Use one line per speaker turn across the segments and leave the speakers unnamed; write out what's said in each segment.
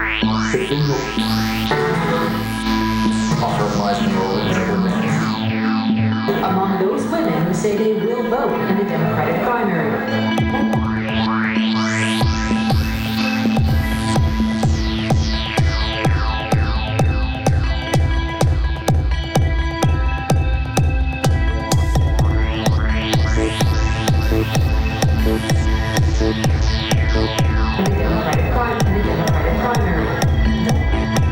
15 Offer applies to enrollees and women.
among those women who say they will vote in the Democratic primary. In the Democratic prim- in the Democratic primary.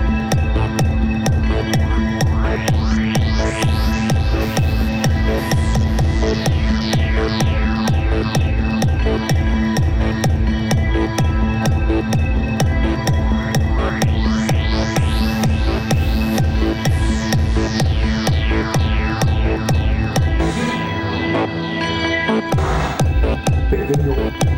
Within your-